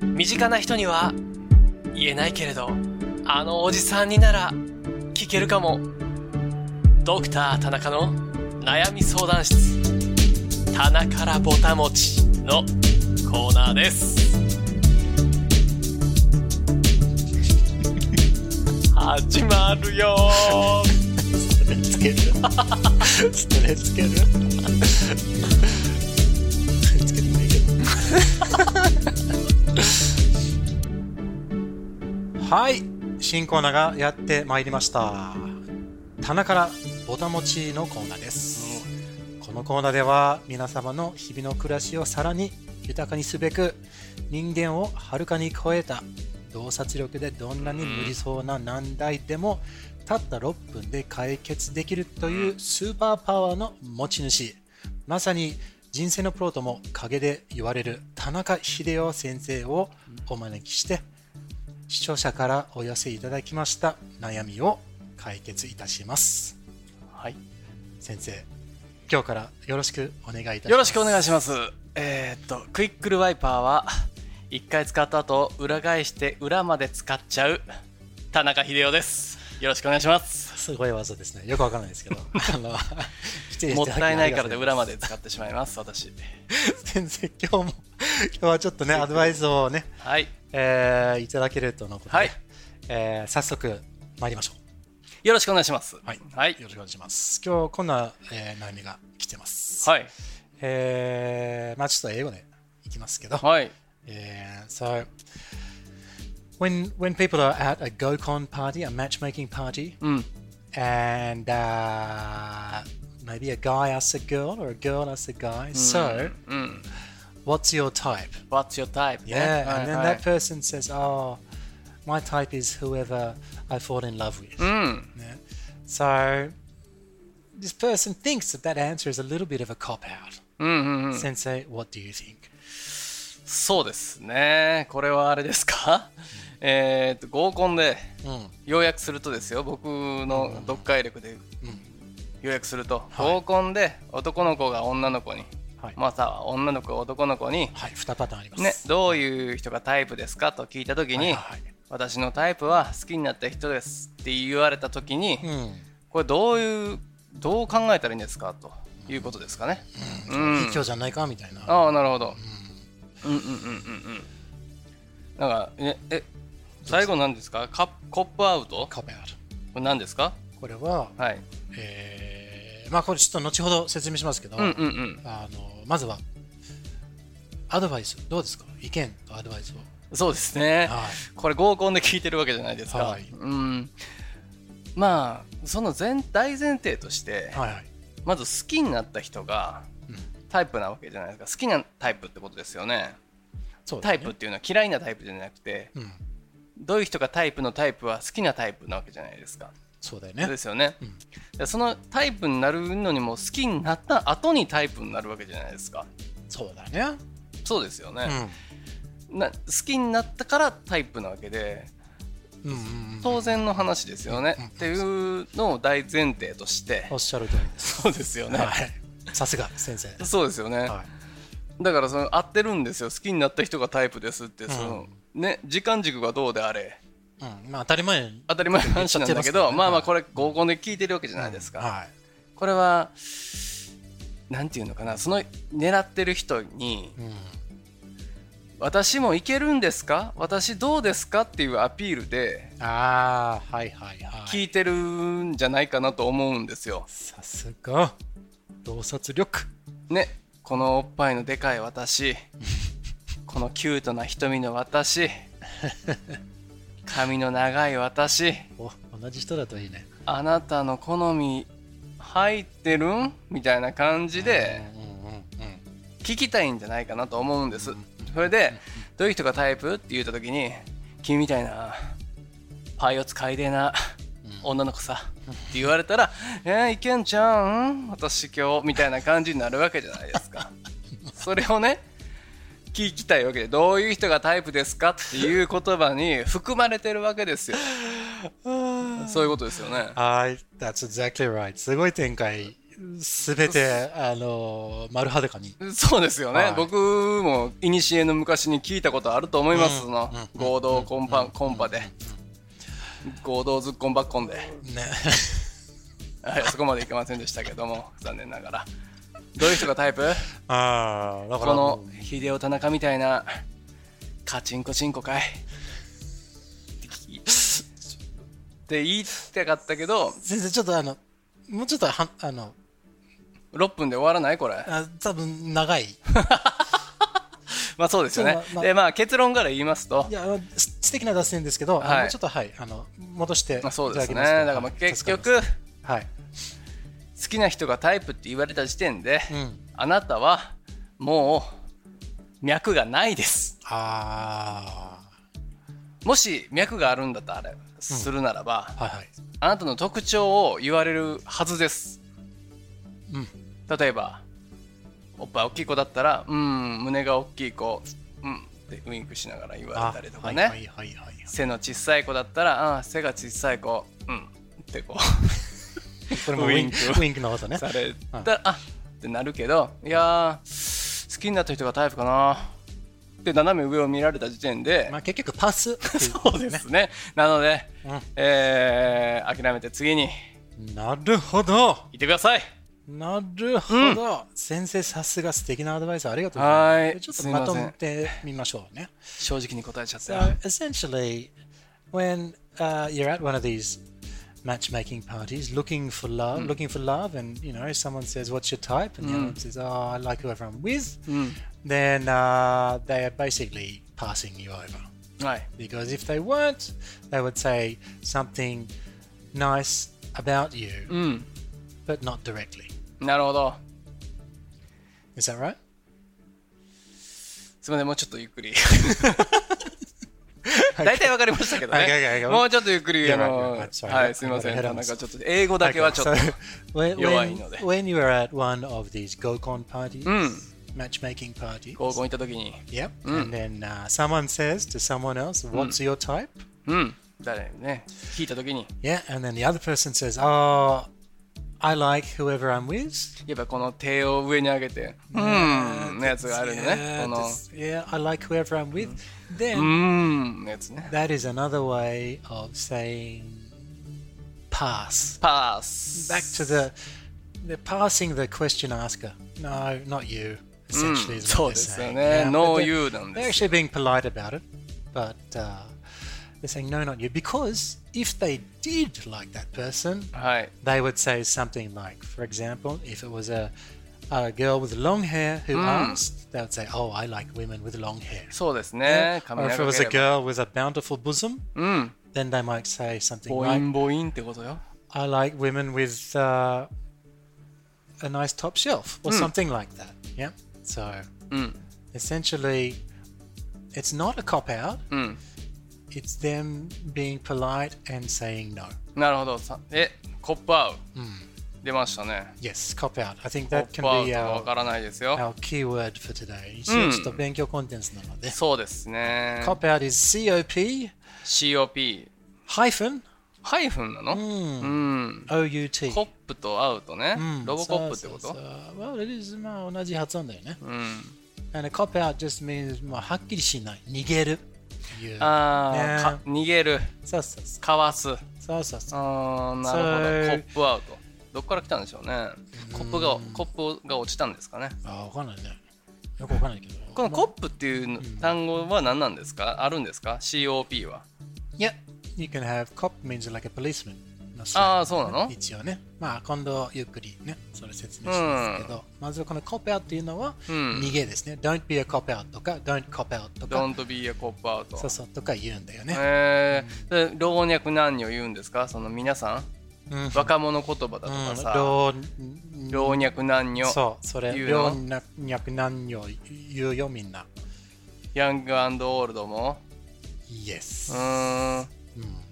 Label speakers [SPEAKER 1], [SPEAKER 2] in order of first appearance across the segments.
[SPEAKER 1] 身近な人には言えないけれど、あのおじさんになら聞けるかも。ドクター田中の悩み相談室、棚からぼたもちのコーナーです。始まるよー
[SPEAKER 2] それつけるそれつけるそれつけてもいいけどはい新コーナーがやってまいりました棚からボタ持ちのコーナーです、このコーナーでは皆様の日々の暮らしをさらに豊かにすべく人間をはるかに超えた洞察力でどんなに無理そうな難題でもたった6分で解決できるというスーパーパワーの持ち主まさに人生のプロとも陰で言われる田中秀夫先生をお招きして視聴者からお寄せいただきました悩みを解決いたします
[SPEAKER 1] はい。
[SPEAKER 2] 先生今日からよろしくお願いいたします
[SPEAKER 1] よろしくお願いします。えーっと、クイックルワイパーは、一回使った後、裏返して裏まで使っちゃう、田中秀夫です。よろしくお願いします。
[SPEAKER 2] すごい技ですねよくわからな いですけどあの来て
[SPEAKER 1] もったいないからで裏ま
[SPEAKER 2] で
[SPEAKER 1] で使ってしまいます、私。
[SPEAKER 2] 先生今日も 今日はちょっとねアドバイスをね、
[SPEAKER 1] はい。
[SPEAKER 2] えーいただけるとのことで、
[SPEAKER 1] はい
[SPEAKER 2] えー早速参りましょ
[SPEAKER 1] よろしくお願いします。
[SPEAKER 2] うはい、
[SPEAKER 1] はい
[SPEAKER 2] よ。ろしくお願いします今日こんな、えー悩みが来てます
[SPEAKER 1] はい。
[SPEAKER 2] えーまあちょっと英語でいきますけど、
[SPEAKER 1] はい。
[SPEAKER 2] Yeah. So when when people are at a GoCon party, a matchmaking party,
[SPEAKER 1] うん。
[SPEAKER 2] and uh, maybe a guy asks a girl or a girl asks a guy, so
[SPEAKER 1] うん。
[SPEAKER 2] what's your type?
[SPEAKER 1] What's your type? ね
[SPEAKER 2] Yeah.
[SPEAKER 1] はい
[SPEAKER 2] and then
[SPEAKER 1] はい
[SPEAKER 2] that person says, oh, my type is whoever I fall in love with.
[SPEAKER 1] うん。
[SPEAKER 2] Yeah. So this person thinks that that answer is a little bit of a cop out.
[SPEAKER 1] うんうんうん。
[SPEAKER 2] Sensei, what do you think?
[SPEAKER 1] そうですね。これはあれですかえーっと、合コンで、
[SPEAKER 2] Mm.
[SPEAKER 1] 要約するとですよ僕の読解力で要約すると、
[SPEAKER 2] はい
[SPEAKER 1] 合コンで男の子が女の子に、
[SPEAKER 2] はい
[SPEAKER 1] または女の子が男の子に、
[SPEAKER 2] はい、二パターンあります。
[SPEAKER 1] ね、どういう人がタイプですかと聞いた時に、私のタイプは好きになった人ですって言われた時に、これどういうどう考えたらいいんですかということですかね、うん
[SPEAKER 2] 卑怯じゃないかみたいな。
[SPEAKER 1] ああなるほど、うん、うんうんうんうんなんかええ最後何ですかカップコップアウト
[SPEAKER 2] カペアル。
[SPEAKER 1] これ何ですか
[SPEAKER 2] これは、
[SPEAKER 1] はい
[SPEAKER 2] えーまあこれちょっと後ほど説明しますけど、
[SPEAKER 1] うんうんうん
[SPEAKER 2] あのまずはアドバイスどうですか意見とアドバイスを。
[SPEAKER 1] そうですね、
[SPEAKER 2] はい
[SPEAKER 1] これ合コンで聞いてるわけじゃないですか、
[SPEAKER 2] はい
[SPEAKER 1] うんまあその前大前提として、
[SPEAKER 2] はいはい。
[SPEAKER 1] まず好きになった人が
[SPEAKER 2] うん
[SPEAKER 1] タイプなわけじゃないですか好きなタイプってことですよね
[SPEAKER 2] そうだ
[SPEAKER 1] タ
[SPEAKER 2] ね
[SPEAKER 1] イプっ。ていうのは嫌いなタイプじゃなくて
[SPEAKER 2] うん。
[SPEAKER 1] どういう人がタイプのタイプは好きなタイプなわけじゃないですか
[SPEAKER 2] そうだよ
[SPEAKER 1] で
[SPEAKER 2] ね。
[SPEAKER 1] すよね
[SPEAKER 2] うん、
[SPEAKER 1] でそのタイプになるのにも好きになった後にタイプになるわけじゃないですか
[SPEAKER 2] そうだね。
[SPEAKER 1] そうですよね、
[SPEAKER 2] う
[SPEAKER 1] な好きになったからタイプなわけで
[SPEAKER 2] ん。うんうんうん。
[SPEAKER 1] 当然の話ですよね、
[SPEAKER 2] うん
[SPEAKER 1] っていうのを大前提として、
[SPEAKER 2] おっしゃる通りです。
[SPEAKER 1] そうですよね、
[SPEAKER 2] はい。さすが先生。
[SPEAKER 1] そうですよね、
[SPEAKER 2] は
[SPEAKER 1] だからその合ってるんですよ好きになった人がタイプですってその、ね時間軸がどうであれ
[SPEAKER 2] い。うん。まあ当たり前
[SPEAKER 1] 当たり前の話なんだけどま,、あまあこ
[SPEAKER 2] れ
[SPEAKER 1] れ合コンで聞いてるわけじゃないですか、
[SPEAKER 2] はい。
[SPEAKER 1] これはなんていうのかなその狙ってる人に
[SPEAKER 2] うん。
[SPEAKER 1] 「私もいけるんですか私どうですか?」っていうアピールで
[SPEAKER 2] ああはいはいはい。
[SPEAKER 1] 聞いてるんじゃないかなと思うんですよ。
[SPEAKER 2] さすが洞察力
[SPEAKER 1] ねこのおっぱいのでかい私このキュートな瞳の私髪の長い私
[SPEAKER 2] お同じ人だといいね
[SPEAKER 1] あなたの好み入ってるんみたいな感じで
[SPEAKER 2] うんうんうん
[SPEAKER 1] 聞きたいんじゃないかなと思うんですそれでどういう人がタイプって言った時に君みたいなパイオツ買いでえな女の子さって言われたら「えー、いけんちゃうん私今日」みたいな感じになるわけじゃないです かそれをね聞きたいわけでどういう人がタイプですかっていう言葉に含まれてるわけ ですよそういうことですよね
[SPEAKER 2] はい that's exactly right すごい展開すべて、あの、丸裸に。
[SPEAKER 1] そうですよね、
[SPEAKER 2] はい
[SPEAKER 1] 僕も古の昔に聞いたことあると思います、
[SPEAKER 2] うん
[SPEAKER 1] その
[SPEAKER 2] うん
[SPEAKER 1] 合同コンパ、コンパで合同ずっこんばっこんで、
[SPEAKER 2] ね。
[SPEAKER 1] はい、そこまでいけませんでしたけども残念ながらどういう人がタイプ
[SPEAKER 2] ああ、だか
[SPEAKER 1] こ
[SPEAKER 2] ら、
[SPEAKER 1] の秀夫田中みたいなカチンコチンコかいって言いたかったけど
[SPEAKER 2] 先生、ちょっとあの、もうちょっとは、あの、
[SPEAKER 1] 6分で終わらないこれ
[SPEAKER 2] あ多分長い。い
[SPEAKER 1] まあそうですよね
[SPEAKER 2] そうまあまあ
[SPEAKER 1] でまあ結論から言いますと
[SPEAKER 2] や、あのす素敵な脱線ですけど、
[SPEAKER 1] は
[SPEAKER 2] あの
[SPEAKER 1] い
[SPEAKER 2] もうちょっと、はい、あの、戻してい
[SPEAKER 1] まあそうで
[SPEAKER 2] ただ
[SPEAKER 1] す
[SPEAKER 2] け
[SPEAKER 1] ね
[SPEAKER 2] ますと
[SPEAKER 1] だからまあ結、局
[SPEAKER 2] はい。
[SPEAKER 1] 好きな人がタイプって言われた時点で、
[SPEAKER 2] うん。
[SPEAKER 1] あなたはもう脈がないです
[SPEAKER 2] あ
[SPEAKER 1] もし脈があるんだったらあれするならば、
[SPEAKER 2] あ、はいはい。
[SPEAKER 1] あなたの特徴を言われるはずです
[SPEAKER 2] うん。
[SPEAKER 1] 例えばおっぱい大きい子だったらうん胸が大きい子うんってウインクしながら言われたりとかね、
[SPEAKER 2] はいはいはいはい。
[SPEAKER 1] 背の小さい子だったらあー背が小さい子うんってこ
[SPEAKER 2] これもウインク、
[SPEAKER 1] ウイン
[SPEAKER 2] ウインクの技
[SPEAKER 1] う
[SPEAKER 2] ね。
[SPEAKER 1] されたらあってなるけどいやー好きになった人がタイプかなって斜め上を見られた時点で、
[SPEAKER 2] まあ結局パ スっていうこ
[SPEAKER 1] そ
[SPEAKER 2] と
[SPEAKER 1] う
[SPEAKER 2] で
[SPEAKER 1] です
[SPEAKER 2] ね。
[SPEAKER 1] すねなので、
[SPEAKER 2] うん
[SPEAKER 1] えー諦めて次に
[SPEAKER 2] なるほど。
[SPEAKER 1] 行ってください
[SPEAKER 2] なるほど。先生、さすが素敵なアドバイスありがとうございます。
[SPEAKER 1] はい
[SPEAKER 2] ちょっ
[SPEAKER 1] す
[SPEAKER 2] と
[SPEAKER 1] いま
[SPEAKER 2] ま
[SPEAKER 1] せ
[SPEAKER 2] と
[SPEAKER 1] ん
[SPEAKER 2] めてみましょうね。
[SPEAKER 1] 正直に答えちゃった
[SPEAKER 2] So essentially, when uh, you're at one of these matchmaking parties looking for
[SPEAKER 1] Mm.
[SPEAKER 2] love, looking for love, and you know someone says, "What's your type?" and the other one says, "Oh, I like whoever I'm with,"
[SPEAKER 1] Mm.
[SPEAKER 2] then uh, they are basically passing you over
[SPEAKER 1] はい、
[SPEAKER 2] because if they weren't, they would say something nice about you,
[SPEAKER 1] うん、
[SPEAKER 2] but not directly.
[SPEAKER 1] なるほど
[SPEAKER 2] Is that right?
[SPEAKER 1] すみませんもうちょっとゆっくり大体わかりましたけどね、
[SPEAKER 2] はいはいはいはい
[SPEAKER 1] もうちょっとゆっくり
[SPEAKER 2] Yeah,
[SPEAKER 1] あの、
[SPEAKER 2] right, right, right. Sorry.
[SPEAKER 1] はいすみません
[SPEAKER 2] I
[SPEAKER 1] な
[SPEAKER 2] got ahead
[SPEAKER 1] ん
[SPEAKER 2] on
[SPEAKER 1] か
[SPEAKER 2] this.
[SPEAKER 1] ちょっと英語だけはちょっと、
[SPEAKER 2] Okay, so when, when,
[SPEAKER 1] 弱いので。
[SPEAKER 2] when you were at one of these go-con parties,
[SPEAKER 1] うん。
[SPEAKER 2] matchmaking parties,
[SPEAKER 1] 合コン行った時に
[SPEAKER 2] yep, and then uh, someone says to someone else, "What's your type?"
[SPEAKER 1] うん誰ね聞いた時に
[SPEAKER 2] Yeah, and then the other person says, "Oh, I like whoever I'm with."
[SPEAKER 1] やっぱこの手を上に上げてうんのやつがあるのね
[SPEAKER 2] Yeah,
[SPEAKER 1] この
[SPEAKER 2] this- yeah, I like whoever I'm with.
[SPEAKER 1] う
[SPEAKER 2] Then
[SPEAKER 1] んのやつね
[SPEAKER 2] that is another way of saying pass.
[SPEAKER 1] パス
[SPEAKER 2] Back to the they're passing the question asker. No, not you. Essentially,
[SPEAKER 1] うん
[SPEAKER 2] is what
[SPEAKER 1] そう
[SPEAKER 2] they're
[SPEAKER 1] ですよ
[SPEAKER 2] saying.
[SPEAKER 1] ね
[SPEAKER 2] Yeah,
[SPEAKER 1] eh, No
[SPEAKER 2] but they're-
[SPEAKER 1] you なんで
[SPEAKER 2] They're
[SPEAKER 1] す
[SPEAKER 2] actually being polite about it, but uh, they're saying no, not you. Because if they did like that person,
[SPEAKER 1] はい、
[SPEAKER 2] they would say something like, for example, if it was a, a girl with long hair who
[SPEAKER 1] Hmm.
[SPEAKER 2] asked, they would say, "Oh, I like women with long hair."
[SPEAKER 1] そうですね。髪
[SPEAKER 2] Or
[SPEAKER 1] 長
[SPEAKER 2] if
[SPEAKER 1] けれ
[SPEAKER 2] it was a
[SPEAKER 1] ば
[SPEAKER 2] girl with a bountiful bosom,
[SPEAKER 1] うん。
[SPEAKER 2] then they might say something
[SPEAKER 1] ボイ
[SPEAKER 2] like,
[SPEAKER 1] ンボインってことよ。
[SPEAKER 2] "I like women with uh, a nice top shelf," or something like that. Yeah. So
[SPEAKER 1] うん。
[SPEAKER 2] essentially, it's not a cop out.
[SPEAKER 1] うん。
[SPEAKER 2] It's them being polite and saying no.
[SPEAKER 1] なるほど。さえ、コップアウ。出ましたね。
[SPEAKER 2] Yes, cop out. I think
[SPEAKER 1] コッ
[SPEAKER 2] that
[SPEAKER 1] プア
[SPEAKER 2] can
[SPEAKER 1] ウ
[SPEAKER 2] be
[SPEAKER 1] トがわ
[SPEAKER 2] our,
[SPEAKER 1] からないですよ。
[SPEAKER 2] our key word for today. 一
[SPEAKER 1] うん
[SPEAKER 2] 応ちょっと勉強コンテンツなので。
[SPEAKER 1] そうですね。
[SPEAKER 2] cop out is COP
[SPEAKER 1] COP。
[SPEAKER 2] hyphen
[SPEAKER 1] ハイフンなのうん。
[SPEAKER 2] OUT.
[SPEAKER 1] コップとアウトね
[SPEAKER 2] うん。
[SPEAKER 1] ロボコップってこ
[SPEAKER 2] そ
[SPEAKER 1] と
[SPEAKER 2] うそうそう well, it is まあ同じ発音だよね。
[SPEAKER 1] うん。
[SPEAKER 2] And a cop out just means まあはっきりしない。逃げる。いう
[SPEAKER 1] あ
[SPEAKER 2] ね
[SPEAKER 1] あ、か逃げる、
[SPEAKER 2] そうそうそう。
[SPEAKER 1] かわす。
[SPEAKER 2] そうそうそう。
[SPEAKER 1] あーなるほど。コップアウト。どっから来たんでしょうね。コップが、コップが落ちたんですかね。
[SPEAKER 2] あ、わかんないね。よくわかんないけど。
[SPEAKER 1] このコップっていう単語は何なんですかあるんですか ?COP は。
[SPEAKER 2] Yeah, you can have cop means like a policeman.
[SPEAKER 1] ああ、そうなの
[SPEAKER 2] 一応ね。まあ今度ゆっくりね、それ説明しますけど、まずこの cop out っていうのは
[SPEAKER 1] うん
[SPEAKER 2] 逃げですね。Don't be a cop out とか Don't cop out とか、
[SPEAKER 1] Don't be a cop out.
[SPEAKER 2] そうそうとか言うんだよね。
[SPEAKER 1] えー、で老若男女言うんですかその皆さ
[SPEAKER 2] うん
[SPEAKER 1] ん若者言葉だと
[SPEAKER 2] う
[SPEAKER 1] か
[SPEAKER 2] ん
[SPEAKER 1] さ、
[SPEAKER 2] 老
[SPEAKER 1] 老若男女
[SPEAKER 2] そう、それ、
[SPEAKER 1] 言う
[SPEAKER 2] 老
[SPEAKER 1] の
[SPEAKER 2] 若男女言うよ、みんな。
[SPEAKER 1] ヤングオールドも
[SPEAKER 2] Yes.
[SPEAKER 1] うーん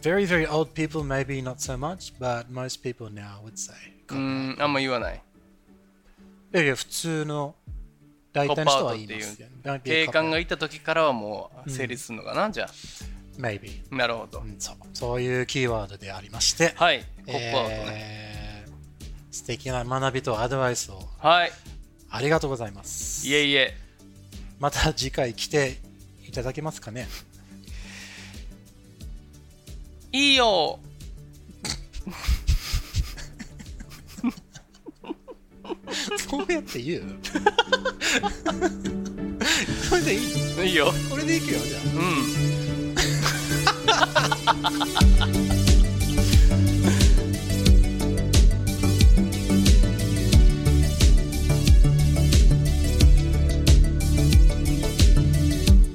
[SPEAKER 2] Very, very old people, maybe not so much, but most people now would say.
[SPEAKER 1] うーんあんま言わない
[SPEAKER 2] いやいや、普通の大体の人は言いますよ。Don't be a
[SPEAKER 1] 警
[SPEAKER 2] cop out.
[SPEAKER 1] 官がいた時からはもう成立するのかな、じゃ
[SPEAKER 2] maybe
[SPEAKER 1] あなるほど、
[SPEAKER 2] そうそういうキーワードでありまして、
[SPEAKER 1] はいコ
[SPEAKER 2] え
[SPEAKER 1] ップアウトね、
[SPEAKER 2] えー素敵な学びとアドバイスを
[SPEAKER 1] はい
[SPEAKER 2] ありがとうございます
[SPEAKER 1] いえいえ
[SPEAKER 2] また次回来ていただけますか ね
[SPEAKER 1] いいよ
[SPEAKER 2] そうやって言う これでいい
[SPEAKER 1] いいよ
[SPEAKER 2] これでいくよじゃあ
[SPEAKER 1] うん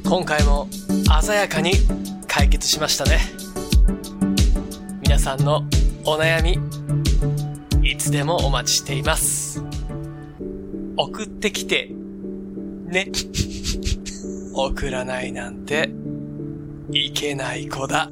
[SPEAKER 1] 今回も鮮やかに解決しましたね皆さんのお悩みいつでもお待ちしています送ってきて ね送らないなんていけない子だ。